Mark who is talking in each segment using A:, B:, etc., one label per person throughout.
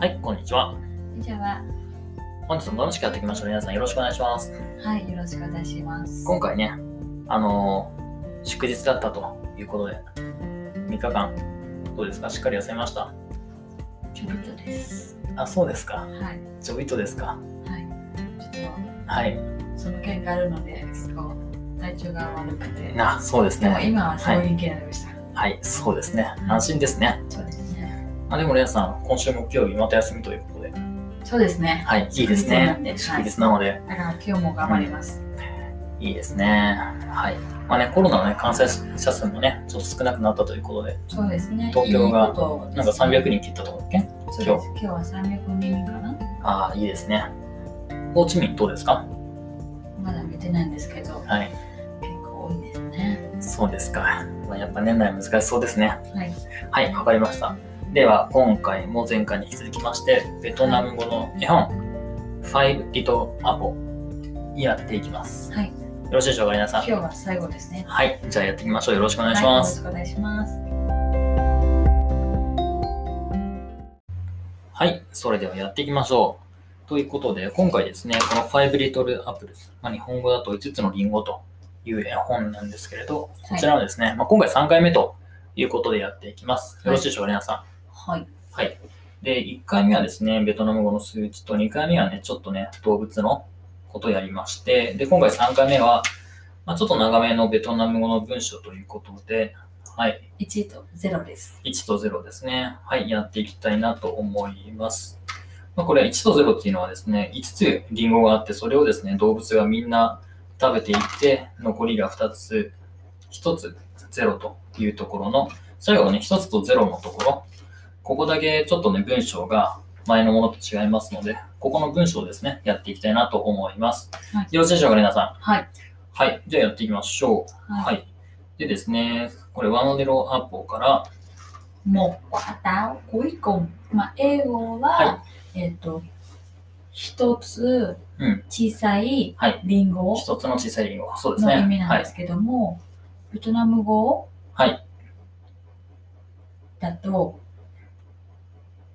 A: はい、こんにちは。
B: じゃあ、
A: 本日も楽しくやっていきましょう。皆さんよろしくお願いします。
B: はい、よろしくお願いします。
A: 今回ね、あのー祝日だったということで、3日間、どうですかしっかり休みました
B: ちょびっとです。
A: あ、そうですか
B: は。い、
A: ちょびっとですか。
B: はい。ちょっ
A: はい。
B: と、その件があるので、ちょっと体調が悪くて。
A: な、そうです
B: でも
A: ね。
B: 今はそういう気になりました。
A: はい、そうですね。安心ですね。
B: そうですね。
A: あでも、皆さん、今週木曜日また休みということで、
B: そうですね。
A: はい、いいですね。
B: 祝
A: 祝
B: 日
A: 日なので、
B: だから今日も頑張ります。
A: いいですね。はい。まあね、コロナの、ね、感染者数もね、ちょっと少なくなったということで、
B: そうですね。
A: 東京が
B: いいことです
A: なんか300人切ったとこだっけ
B: そうです。今日は300人かな
A: ああ、いいですね。ホーチミンどうですか
B: まだ見てないんですけど、
A: はい。
B: 結構多いですね。
A: そうですか。まあ、やっぱ年内難しそうですね。
B: はい。
A: はい、わかりました。では、今回も前回に引き続きまして、ベトナム語の絵本、5 Little Apple やっていきます。
B: はい。
A: よろしいでしょうか、皆さ
B: 今日
A: ん。
B: は最後ですね。
A: はい、じゃあやっていきましょう。よろしくお願いします。
B: はい、よろしくお願いします。
A: はい、それではやっていきましょう。ということで、今回ですね、この5 Little Apples、まあ、日本語だと5つのリンゴという絵本なんですけれど、こちらはですね、まあ、今回3回目ということでやっていきます。よろしいでしょうか、皆さん。
B: はい。
A: はい。で、1回目はですね、ベトナム語の数値と、2回目はね、ちょっとね、動物のことをやりまして、で、今回3回目は、まあ、ちょっと長めのベトナム語の文章ということで、はい、
B: 1と0です。
A: 1と0ですね。はい、やっていきたいなと思います。まあ、これ1と0っていうのはですね、5つリンゴがあって、それをですね、動物がみんな食べていって、残りが2つ、1つ0というところの、最後のね、1つと0のところ、ここだけちょっとね、文章が前のものと違いますので、ここの文章をですね、やっていきたいなと思います。
B: はい
A: よろしいでしょうか、皆さ
B: はい。
A: ん。はい、じゃあやっていきましょう。
B: は。
A: はいい。でですね、これワンデロアポから、
B: một quả táo cuối cùng mà ego は、えっと一つ
A: うん
B: 小さい
A: はい
B: リンゴ
A: 一つの小さいリンゴ。そうです
B: の
A: ね。
B: 意味な
A: は
B: んで
A: い。
B: すけども、ベトナム語
A: はい。
B: だと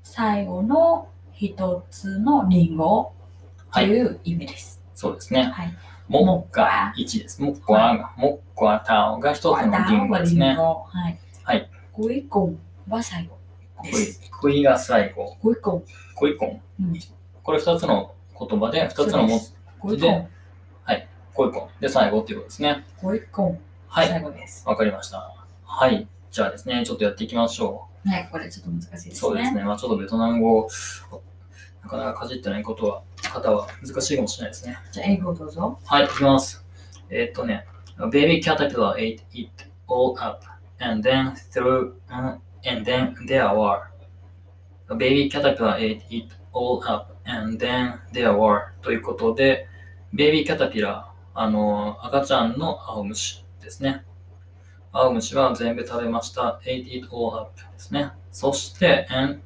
B: 最後の一つのリンゴという意味です。
A: そうですね。
B: はい。
A: もっが1です。もっこあが、もっこあたおが一つ
B: quả
A: のリン
B: táo
A: ゴ
B: và
A: です
B: リン
A: ね。
B: ゴ。はい。
A: はい。
B: cuối cùng は最後で
A: くい
B: す。、
A: くいが最後。
B: cuối cùng。
A: くいこん。
B: うん
A: これ二つの言葉で、二つのも、
B: cuối
A: で
B: cùng。
A: こいこん。で、最後っていうことですね。
B: cuối cùng。
A: は
B: 最
A: い。
B: 後です。
A: わかりました。はい。じゃあですね、ちょっとやっていきましょ
B: はい。これちょっと難しいです
A: う。
B: ね。
A: そうですね。まあちょっとベトナム語、なかなかかじってないことは、方は難しいかもしれないですね。
B: じゃあ、英語どうぞ。
A: はい、いきます。えーっとね、Baby caterpillar ate it all up and then threw and then there were. Baby caterpillar ate it all up and then there were. ということで、Baby caterpillar、あの、赤ちゃんの青虫ですね。青虫は全部食べました。ate it all up ですね。そして、and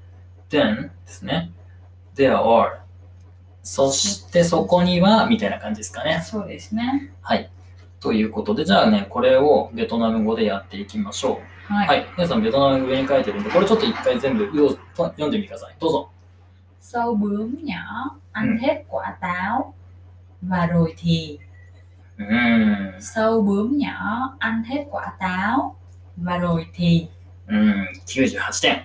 A: then ですね。there are. そしてそこには、みたいな感じですかね。
B: そうですね。
A: はい。ということで、じゃあね、これをベトナム語でやっていきましょ
B: は
A: う。
B: い。
A: はい。皆さん、ベトナム語上に書いてるんで、これちょっと一回全部ようと読んでみてください。どうぞ。
B: Sâu bướm nhỏ
A: Ừ.
B: ăn hết quả táo và rồi thì
A: うーん。
B: sâu bướm nhỏ ăn hết quả táo và rồi thì
A: うーん。98点。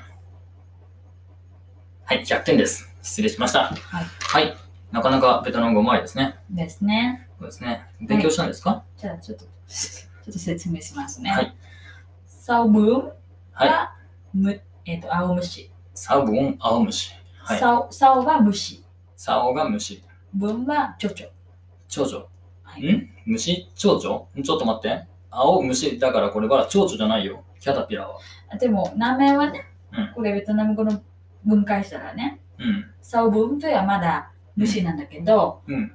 A: はい、100点です。失礼しました。
B: はい。
A: はい。なかなかベトナム語うまいですね。
B: ですね。
A: そうですね。勉強したんですか
B: じゃあちょっとちょっと説明しますね。
A: はい、
B: Sâu bướm
A: はい。
B: は、むえっと青虫。
A: サブオン、青虫。はい。
B: Sâu sâu は虫。
A: サオが虫。
B: bướm は蝶々。
A: 蝶々。
B: はい
A: ん虫蝶々ちょっと待って。青虫だからこれは蝶々じゃないよ。キャタピラーは。
B: でも名前はね
A: う、
B: これベトナム語の分解したらね、
A: うん。
B: サオブームというのはまだ虫なんだけど、
A: うん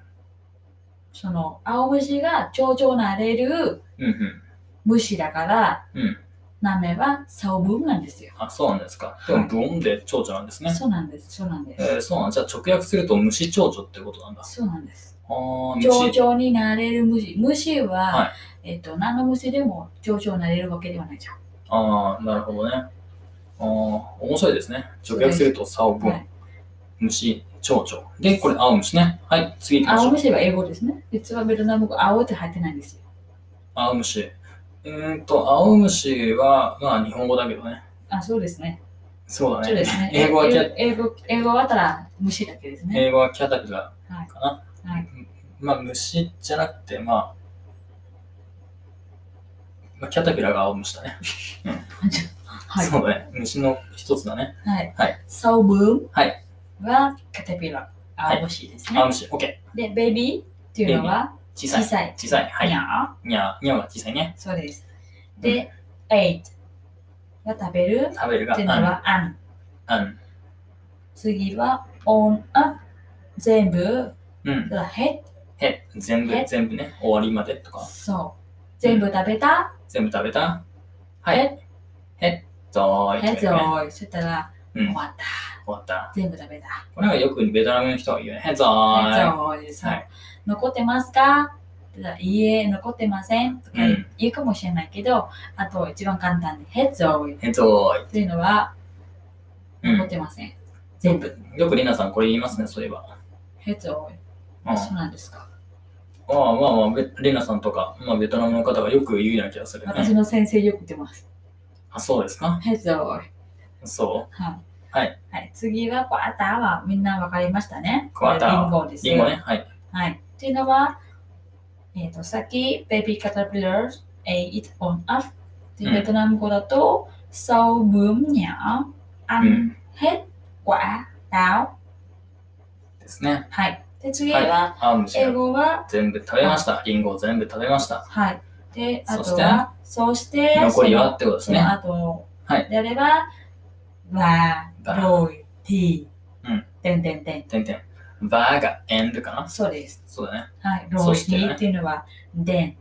B: その青虫が蝶々なれる
A: うんうん。
B: 虫だから、
A: うん
B: 名前はサオブームなんですよ。
A: あ、そうなんですか。でも、ブオンで蝶々なんですね。
B: そうなんです、そうなんで
A: え
B: す。
A: ー、そうなんじゃあ直訳すると虫蝶々ってことなんだ。
B: そうなんです。
A: あー、
B: 蝶
A: 虫。
B: 々になれる虫。虫は、
A: は
B: えっと何の虫でも蝶々になれるわけではないじゃん。
A: あー、なるほどね。あー、面白いですね。直訳するとサオブオン。
B: はい
A: 虫、蝶々。で、これ青虫ね。はい、次行きましょ
B: 青
A: う。
B: 虫は英語ですね。実はベトナム語、青って入ってないんですよ。
A: 青虫。うーんと、青虫は、まあ日本語だけどね。
B: あ、そうですね。
A: そうだ
B: そう
A: ね。
B: ですね。
A: 英語はキャ
B: 英語、英語はたら虫だけですね。
A: 英語はキャタピラ
B: はい
A: ーかな。
B: はい
A: まあ虫じゃなくて、まあ、まあ、キャタピラーが青虫だね。
B: はい。
A: そうだね。虫の一つだね。
B: はい。
A: はい。
B: ソウブー
A: はい
B: ンはカタピラ、青虫ですね。
A: 青虫、オッケ
B: で、ベビーっていうのは
A: ー。
B: 小
A: 小さい。
B: さい。
A: 小さい。はい。に
B: ニャー
A: ゃー、にゃーが小さいね。
B: そうです。で、エイトが食べる
A: 食べるが、
B: っていうの
A: あん、
B: はアン。
A: あん。
B: 次はオンア全部
A: うん。
B: だヘッ
A: へ、全部
B: へ、
A: 全部ね。終わりまでとか。
B: そう全部食べた
A: 全部食べたは
B: ヘ
A: い。ヘッドーイ。
B: ッヘッ
A: とか言うね
B: ゾーイそしたら
A: うん
B: 終わった
A: 終わった。
B: 全部食べた
A: これはよくベトナムの人は言うね。ヘッド
B: ヘッ
A: ーイ。
B: ゾーイそう
A: はい
B: 残ってますかいいえ残ってませんとか
A: うん
B: 言うかもしれないけどあと一番簡単にヘッゾーイ
A: ヘッドーイ。
B: っていうのは
A: うん
B: 残ってません全部
A: よくりなさんこれ言いますね、そういえば。
B: ヘッゾーイ
A: うん、あ
B: そうなんですか
A: あまあまあ、べりなさんとか、まあ、ベトナムの方がよく言うような気がする
B: 私
A: ね。
B: の先生よく言ってます
A: あ、そうですか
B: ヘッゾーイ
A: そ
B: はい。
A: はい。
B: 次は、クワターはみんなわかりましたね。
A: クワター
B: リンゴです
A: う。りんごね。はい。
B: はい。っていうのは、えっ、と、さっき、ベビーカタピラー、えー、it on up っていう
A: うん
B: ベトナム語だと、sau bướm nhỏ
A: う
B: ăn
A: ん。
B: hết quả táo。
A: ですね。
B: はい。で、次
A: はい。
B: は、
A: あ、むし
B: 英
A: ろ。
B: 語は、
A: 全部食べました。りんごを全部食べました。
B: はい。で、あ
A: そ
B: と
A: して
B: は、そして、
A: 残りはってことです
B: その、その
A: ね。
B: 後、
A: はい
B: であれば、và
A: ば
B: rồi thì
A: うん、
B: てんてんてん。
A: てんてん。バーがエンドかな
B: そうです。
A: そうだね。
B: はい、ロ
A: そ
B: ー
A: し
B: シ
A: てね
B: ーっていうのは、でん。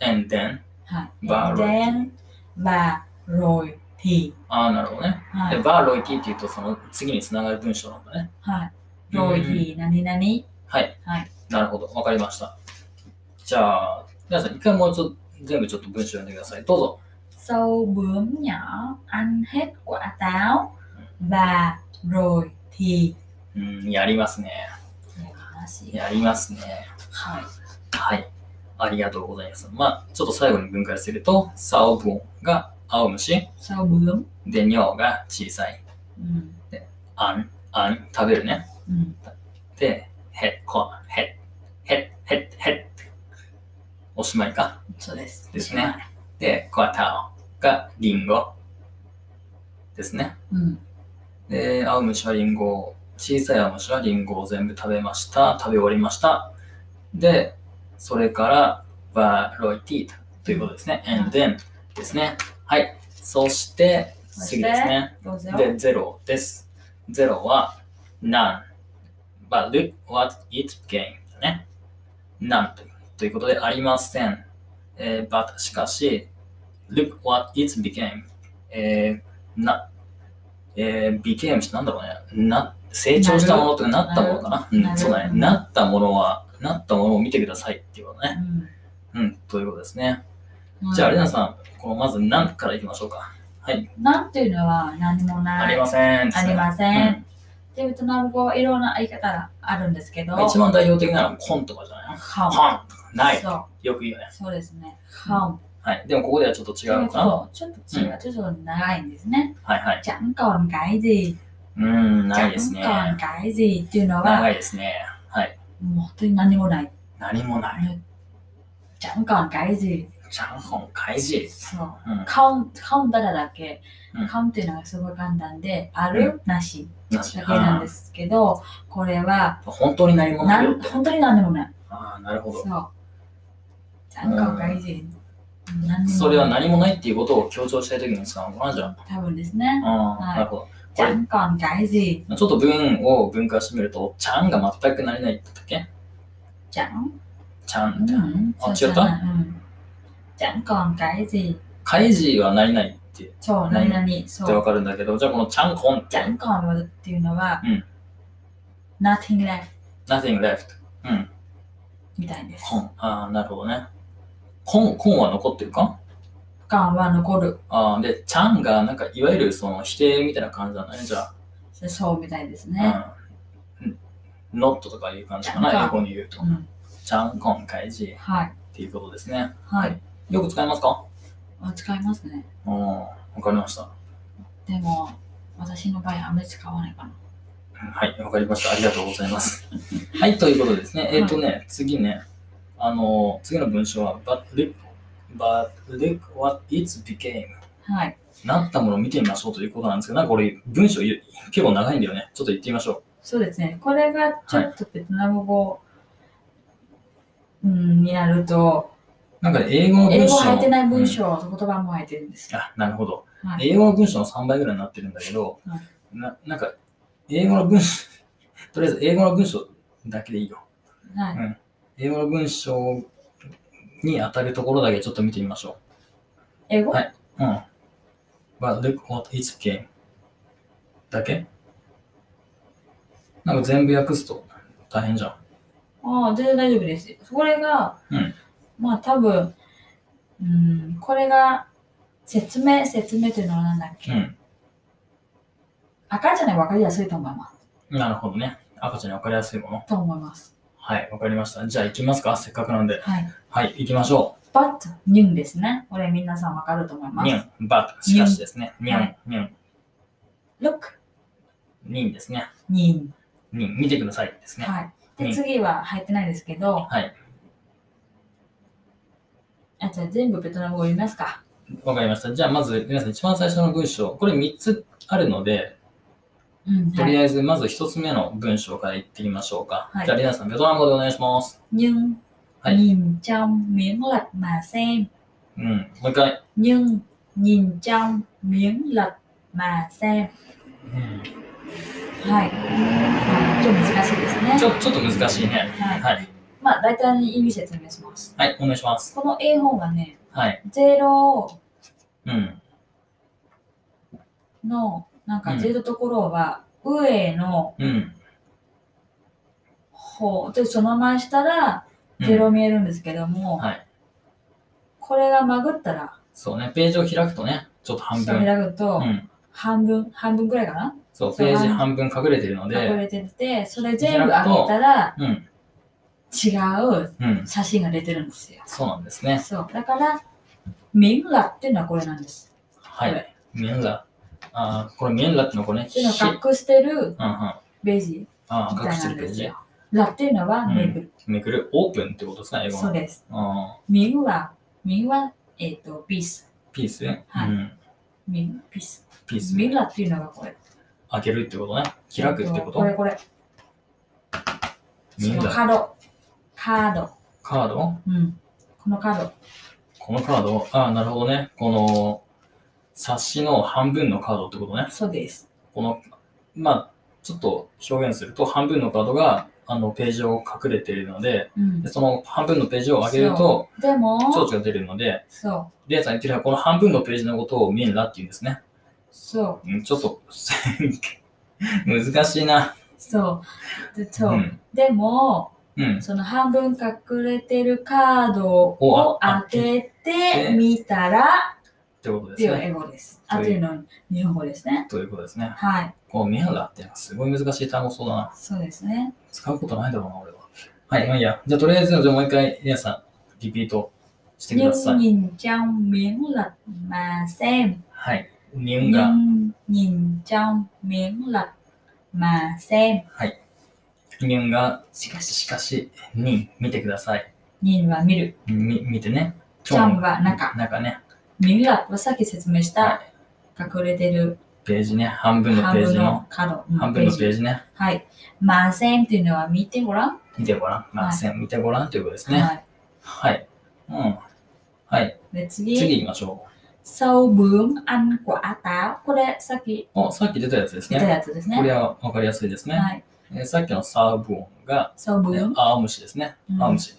A: and then
B: はい。
A: バロイ
B: でん、ば、ロイ、ティ。
A: ああ、なるほどね。
B: は
A: で、
B: い。
A: バーロイティっていうと、その次につながる文章なんだね。
B: はい。ロイ、ティ、なになに。
A: はい。
B: はい。
A: なるほど。わかりました。じゃあ、皆さん、一回もうちょっと、全部ちょっと文章読んでください。どうぞ。
B: Sâu bướm nhỏ ăn hết quả táo và rồi thì
A: うん、やりますね。
B: 話
A: やりますね。
B: はい。
A: はい。ありがとうございます。まあ、ちょっと最後に分解すると、サオブンが青虫、
B: Sâu bướm
A: で、ニョが小さい、
B: うん
A: アン、アン、食べるね。
B: うん
A: で、ヘッ、コ、ヘッ、ヘッ、ヘッ、ヘッ。おしまいか。
B: そうです。
A: ですね。で、コアタオがリンゴですね。
B: うん。
A: で、青虫はリンゴを、小さい青虫はリンゴを全部食べました。食べ終わりました。で、それから、バロイティということですね。and then ですね。はい。そして、
B: そして
A: 次ですね。
B: どうぞ。
A: で、ゼロです。ゼロは、none。but look what it gained ね。none ということで、ありません。えー but しかし、look what it became。えー、な、えー、became ってなんだろうね。な、成長したものとかなったものかな。
B: なる
A: うん、そうだ
B: な
A: ね。
B: る
A: なったものは、なったものを見てくださいっていうことね。
B: う
A: うん、ということですね。
B: ん
A: じゃあ、レナさん、このまず何からいきましょうか。はい。
B: なんていうのは何も
A: あ
B: な
A: り
B: い。
A: ませんです
B: あ
A: ね。
B: りませ
A: うん
B: ん。で、ベトナム語はいろんな言い方があるんですけど、
A: 一番代表的なのはコンとかじゃない
B: ハム。
A: ハンとかない。
B: そう
A: よく言うよね。
B: そうですね。ハム。
A: はい。でもここではちょっと違うかな。
B: そうちょっと違う。ちょっと長いんですね。
A: はいはい。
B: ちゃんこんかいじ。
A: うーん、
B: ちゃ
A: ない
B: ん
A: で
B: こ
A: す
B: ん
A: ね。
B: かいじっていうのは、
A: 長いですね。はい。
B: もう本当に何もない。
A: 何もない。
B: ちゃんこんかいじ。
A: チャンホン開示。
B: そう。
A: うん。
B: カウン、カウンだらだけ
A: うん。
B: カウンっていうのがすごい簡単で、ある、なし
A: なし。
B: だけな
A: あ
B: んですけど、これは、
A: ー本当に何もない
B: な
A: よっ
B: ん
A: て。
B: 本当に何でもない。
A: ああ、なるほ
B: そう
A: ど。。
B: ちゃんこんかいじ。何にもない
A: それは何もないっていうことを強調したいときに使うのかな、じゃあ。
B: 多分ですね。
A: あ
B: は
A: あ、
B: い
A: なるほど。
B: ちゃんこんかいじ。
A: ちょっと文を分解してみると、ちゃんが全くなれないって言ったっけ
B: ちゃん。
A: ちゃん
B: う
A: って。
B: ん。
A: あ
B: そう
A: 違った
B: うん。ちゃんこんかいじ。
A: 開示はなれないってっ
B: そう、何々、そ
A: てわ
B: う。
A: かるんだけど、じゃあこのちゃんこんっ
B: ジャ
A: て、
B: ンコンっていうのは、
A: うん
B: nothing left
A: nothing left。うん。
B: みたいです。
A: コン。ああ、なるほどね。コン、コンは残ってるか
B: コンは残る。
A: ああ、で、ちゃんが、なんか、いわゆるその否定みたいな感じなんだね、じゃ
B: そうみたいですね。
A: あ。 not とかいう感じか
B: ちゃ
A: な、
B: ん
A: 英
B: こ
A: 語に言うと
B: う。ん、
A: ちゃんこんかいじ
B: はい、
A: っていうことですね。
B: はい、
A: よく使いますか
B: あ使いますね。
A: おお、わかりました。
B: でも、私の場合、あんまり使わないかな。
A: はい、わかりました。ありがとうございます。はい、ということですね。えっ、とね、次ね、あの、次の文章は、but look, but look what it became.
B: はい、
A: なったものを見てみましょうということなんですけど、なんかこれ、文章ゆ結構長いんだよね。ちょっと言ってみましょ
B: そうですね。これがちょっとベトナム語、うん、になると、
A: う。なんかね、英語の
B: 英
A: 文章。
B: 語入ってない文
A: うん
B: 章、言葉も入ってるんですよ。
A: あ、なるほど。
B: はい、
A: 英語の文章の3倍ぐらいになってるんだけど、
B: は
A: ななんか、英語の文章、とりあえず英語の文章だけでいいよ。
B: はい
A: 英語の文章に当たるところだけちょっと見てみましょう。
B: 英語、
A: はいうん。But look what it became. だけなんか全部訳すと大変じゃん。
B: ああ、全然大丈夫です。これが、
A: うん
B: まあ多分、うん、これが説明、説明というのは何だっけ、赤ちゃんに分かりやすいと思います。
A: うん。なるほどね。赤ちゃんに分かりやすいもの。
B: と思います。
A: はい、わかりました。じゃあ行きますかせっかくなんで。
B: はい。
A: はい、行きましょ。
B: but, new ですね。これ皆さん分かると思いうま
A: にゅ
B: す。
A: ん、ばしかしですね。にゅ
B: は
A: ん
B: い、
A: にゅん、
B: look,
A: にんですね。
B: new
A: にん、見てくださいですね。
B: はい。
A: う
B: で、
A: ん
B: 次は入ってないですけど、
A: はい、
B: あじゃあ全部ベトナム語読みますか。
A: わかりました。じゃあまず、皆さん一番最初の文章、これ3つあるので、
B: うん、
A: と
B: は
A: り
B: い。
A: あえずまず1つ目の文章から言ってみましょうか。
B: はい
A: じゃあ皆さん、ベトナム語でお願いします。
B: nhưng,
A: はい
B: nhìn trong miếng lật mà xem.
A: うん、もう一回。
B: nhưng, nhìn trong miếng lật mà xem. はい。ちょっと難しいですね。
A: ちょちょっと難しいね。
B: はい。
A: はい。
B: まあ、大体に意味説明します。
A: はい、お願いします。
B: この絵本がね、
A: はい。
B: ゼロ
A: うん。
B: の、なん
A: う
B: か
A: ん
B: ゼロところは、上の
A: うん。
B: 方、で、その前したら、
A: うん
B: ゼロ見えるんですけども、
A: はい。
B: これがまぐったら、
A: そうね、ページを開くとね、ちょっと半
B: 下
A: 分。
B: 開くと、
A: うん。
B: 半分、半分くらいかな
A: そう、ページ半分隠れてるの
B: 隠
A: で、
B: れてて、それ全部開けたら、
A: うん。
B: 違う
A: うん。
B: 写真が出てるんですよ。
A: そうなんですね。
B: そう。だから、ミンラっていうのはこれなんです。
A: は
B: こ
A: い。
B: れ。
A: ミェンラ。あーこれミェンラってのこれね、
B: ってい
A: ひ
B: うのを隠してる
A: うんうん。あ
B: ベージみ
A: あ、
B: た
A: 隠
B: い
A: し
B: な
A: てる
B: ん
A: ペー
B: です
A: ジ
B: よ。。ラっていうのはめぐる。
A: めくる、オープンってことですか、英語の。
B: そうです。
A: あ
B: ミンは、ミンは、えっ、と、ピース。
A: ーピース、
B: はい
A: うん。
B: ミン、ピース。
A: ピース。
B: ミンラっていうのがこれ。
A: 開けるってことね。開くって
B: え
A: こ
B: っ
A: と
B: これこれ。
A: ミ
B: そ
A: ェン
B: の
A: ラ。
B: カード。カード。
A: カード
B: うん。このカード。
A: このカードをああ、なるほどね。この、冊子の半分のカードってことね。
B: そうです。
A: この、まあ、ちょっと表現すると、半分のカードが、あの、ページを隠れているので、
B: うん
A: で。その半分のページを上げると、
B: でも、
A: 蝶々が出るので、
B: そう。
A: レアさん言ってるのは、この半分のページのことをミンラって言うんですね。
B: そう。
A: うん、ちょっと、 難しいな。
B: そう。でそう
A: うん。
B: でも、
A: うん。
B: その半分隠れてるカードを
A: おあ
B: 開け
A: 開けて
B: てみたら、
A: ってこと
B: っ
A: で
B: てい
A: す
B: う
A: ね。
B: 英語です。あというの、日本語ですね。
A: ということですね。
B: はい。
A: このミンラってのはすごい難しい単語そうだな。
B: そうですね。
A: 使うことないだろうな、俺は。はい、まあいいや。じゃあ、とりあえず、じゃあもう一回、レアさん、リピートしてくださ
B: Nhưng
A: い。
B: nhìn trong miếng lật mà xem
A: はい。ニュンが、
B: Nhưng nhìn trong miếng lật mà xem
A: ニュンが、
B: しかし
A: しかし、に、見てください。
B: nhìn は見る
A: み、見てね。
B: ちゃんは中
A: 中ね。
B: miếng lật はさっき説明し
A: は
B: た隠れてる
A: ページね。半分の
B: 半
A: ペー
B: 分
A: ジの
B: の、角うん
A: 半分のページね。
B: はいまあ xem っていうのは見てごらん
A: 見てごらん。まあ、
B: はい
A: 線見てごらんということですね。
B: はい
A: はい。うん。はい。
B: で
A: 次
B: 次
A: 行きましょ
B: sâu bướm ăn quả táo これさっき
A: う。お、さっき出たやつです
B: 出た
A: ね。
B: やつです
A: これ
B: ね
A: はわかりやすいですね。
B: はい
A: えーさっきのサーブ音が、
B: sâu
A: ね
B: bướm
A: アオムシですね。
B: うん
A: アオムシ。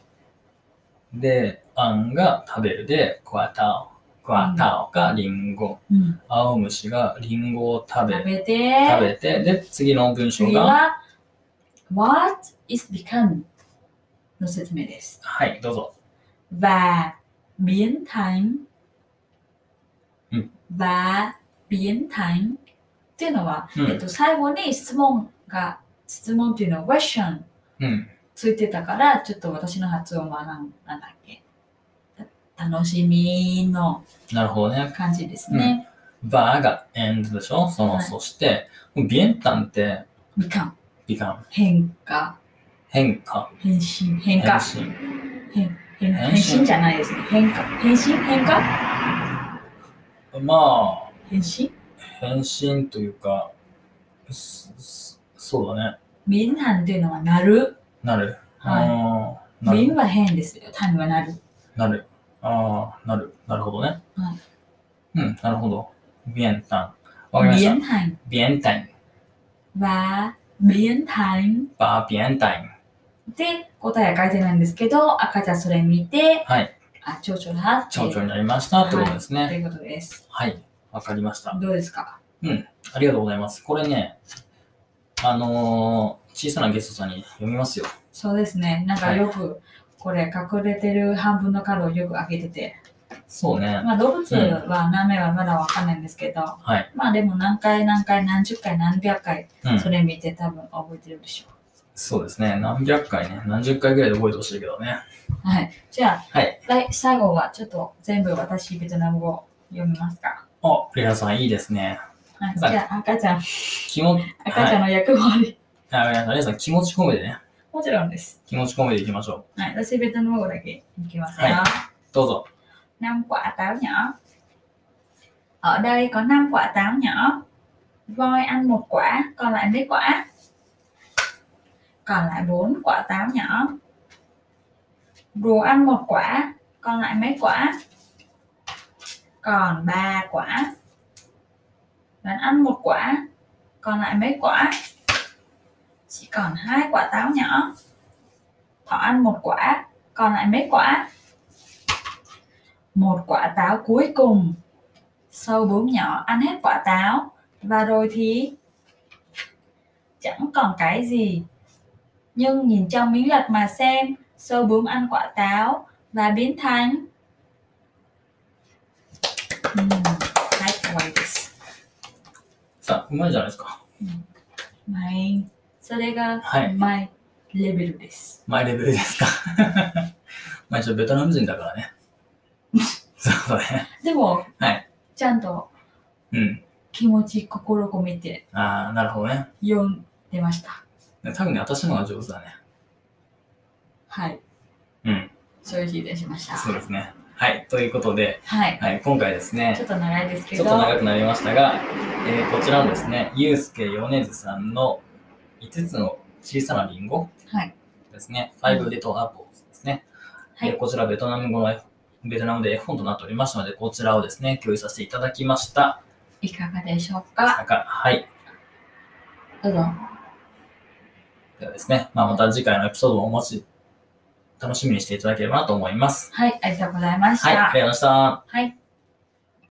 A: で、アンが食べるで、クワタオ。クワタオがリンゴ。
B: うん
A: アオムシがリンゴを食べ、
B: 食
A: 食
B: べて
A: べて、で、次の文章
B: 次
A: が、
B: は what is become の説明です
A: はい、どうぞ。
B: và biến thành
A: Ừ.
B: và biến thành っていうのは、
A: うん
B: えっと、最後に質問が質問っていうのは question
A: うん。
B: ついてたから、ちょっと私の発音はなんなんだっけた楽しみの
A: なるほどね。
B: 感じですね。
A: バーが and でしょその、
B: はい
A: そして、ビエンタンって、
B: みかん、
A: 美観、
B: 変化、
A: 変化、
B: 変身、変
A: 変
B: 化、
A: 身。
B: 変変
A: 変
B: 変
A: 身
B: 身じゃないですね。変化、変身、変化、
A: まあ、
B: 変身。
A: 変身というか、すすそうだね。
B: みんなんていうのはなる。
A: なる。
B: はい
A: あーな
B: みん
A: る。
B: は変ですよ。単はなる。
A: なる。ああ、なる。なるほどね。
B: はい
A: うん、なるほど。ビエンタン。わかりました。
B: ンタイン
A: ビエンタイン。
B: は、ビエンタイン
A: バービエンタイン。
B: で答えは書いてないんですけど、赤ちゃんそれ見て、
A: はい。
B: あ、蝶々だって。
A: 蝶々になりましたってことです
B: と
A: ね。
B: いうことです。
A: はい。わかりました。
B: どうですか
A: ありがとうございます。これね、あのー小さなゲストさんに読みますよ。
B: そうですね。なんかよく、これ隠れてる半分の角をよく上げてて、
A: そうね。
B: まあ動物は何名はまだわかんないんですけど、
A: はい。
B: まあでも何回何回何十回何百回
A: うん
B: そ。れ見て多分覚えてるでしょ
A: そうですね。何百回ね、何十回ぐらいで覚えてほしいけどね。
B: う。はい。じゃあ、
A: はい
B: 来最後はちょっと全部私ベトナム語読みますか。
A: あ、レラさんいいですね。
B: はい、じ
A: はい
B: ゃあ赤ちゃん、
A: 気持ち、
B: 赤ちゃん
A: はい。
B: の役割、
A: あレナさん気持ち込めてね。
B: もちろんです。
A: 気持ち込めていきましょ
B: はい、私ベトナム語だけいきますよ。
A: はいう。どうぞ。
B: năm quả táo nhỏ. Ở đây có 5 quả táo nhỏ. Voi ăn một quả, còn lại mấy quả? Còn lại 4 quả táo nhỏ. Rùa ăn một quả, còn lại mấy quả? Còn 3 quả. Bạn ăn một quả, còn lại mấy quả? Chỉ còn hai quả táo nhỏ. Thỏ ăn một quả, còn lại mấy quả? một quả táo cuối cùng sâu bướm nhỏ ăn hết quả táo và rồi thì chẳng còn cái gì nhưng nhìn trong miếng lật mà xem sâu bướm ăn quả táo và biến thành Hmm, sideways.
A: さあ、うまいじゃないですか。
B: Mày- それが
A: はい。
B: my level です。
A: マイレベルですか。 まあ一応ベトナム人だから ね。そうだね。
B: でも、
A: はい
B: ちゃんと
A: うん。
B: 気持ち、心込めて
A: ああ、なるほどね。
B: 読んでました。
A: 多分ね、私の方が上手だね。
B: はい。
A: うん。
B: そういう気がしました。
A: そうですね。はい。ということで、
B: はい。
A: はい、今回ですね
B: ちょ、っと長いですけ
A: ちょ
B: ど、
A: っと長くなりましたが、えーこちらのですね、ゆうすけよねずさんの5つの小さなリンゴ
B: はい
A: ですね、5 little apples ですね、
B: はい
A: えーこちらベトナム語の絵ベトナムで絵本となっておりましたので、こちらをですね、共有させていただきました。
B: いかがでしょうか
A: なんかはい。
B: どうぞ。
A: ではですね、まあ、また次回のエピソードをお待ち、楽しみにしていただければなと思います。
B: はい、ありがとうございました。
A: はい、ありがとうございました。
B: はい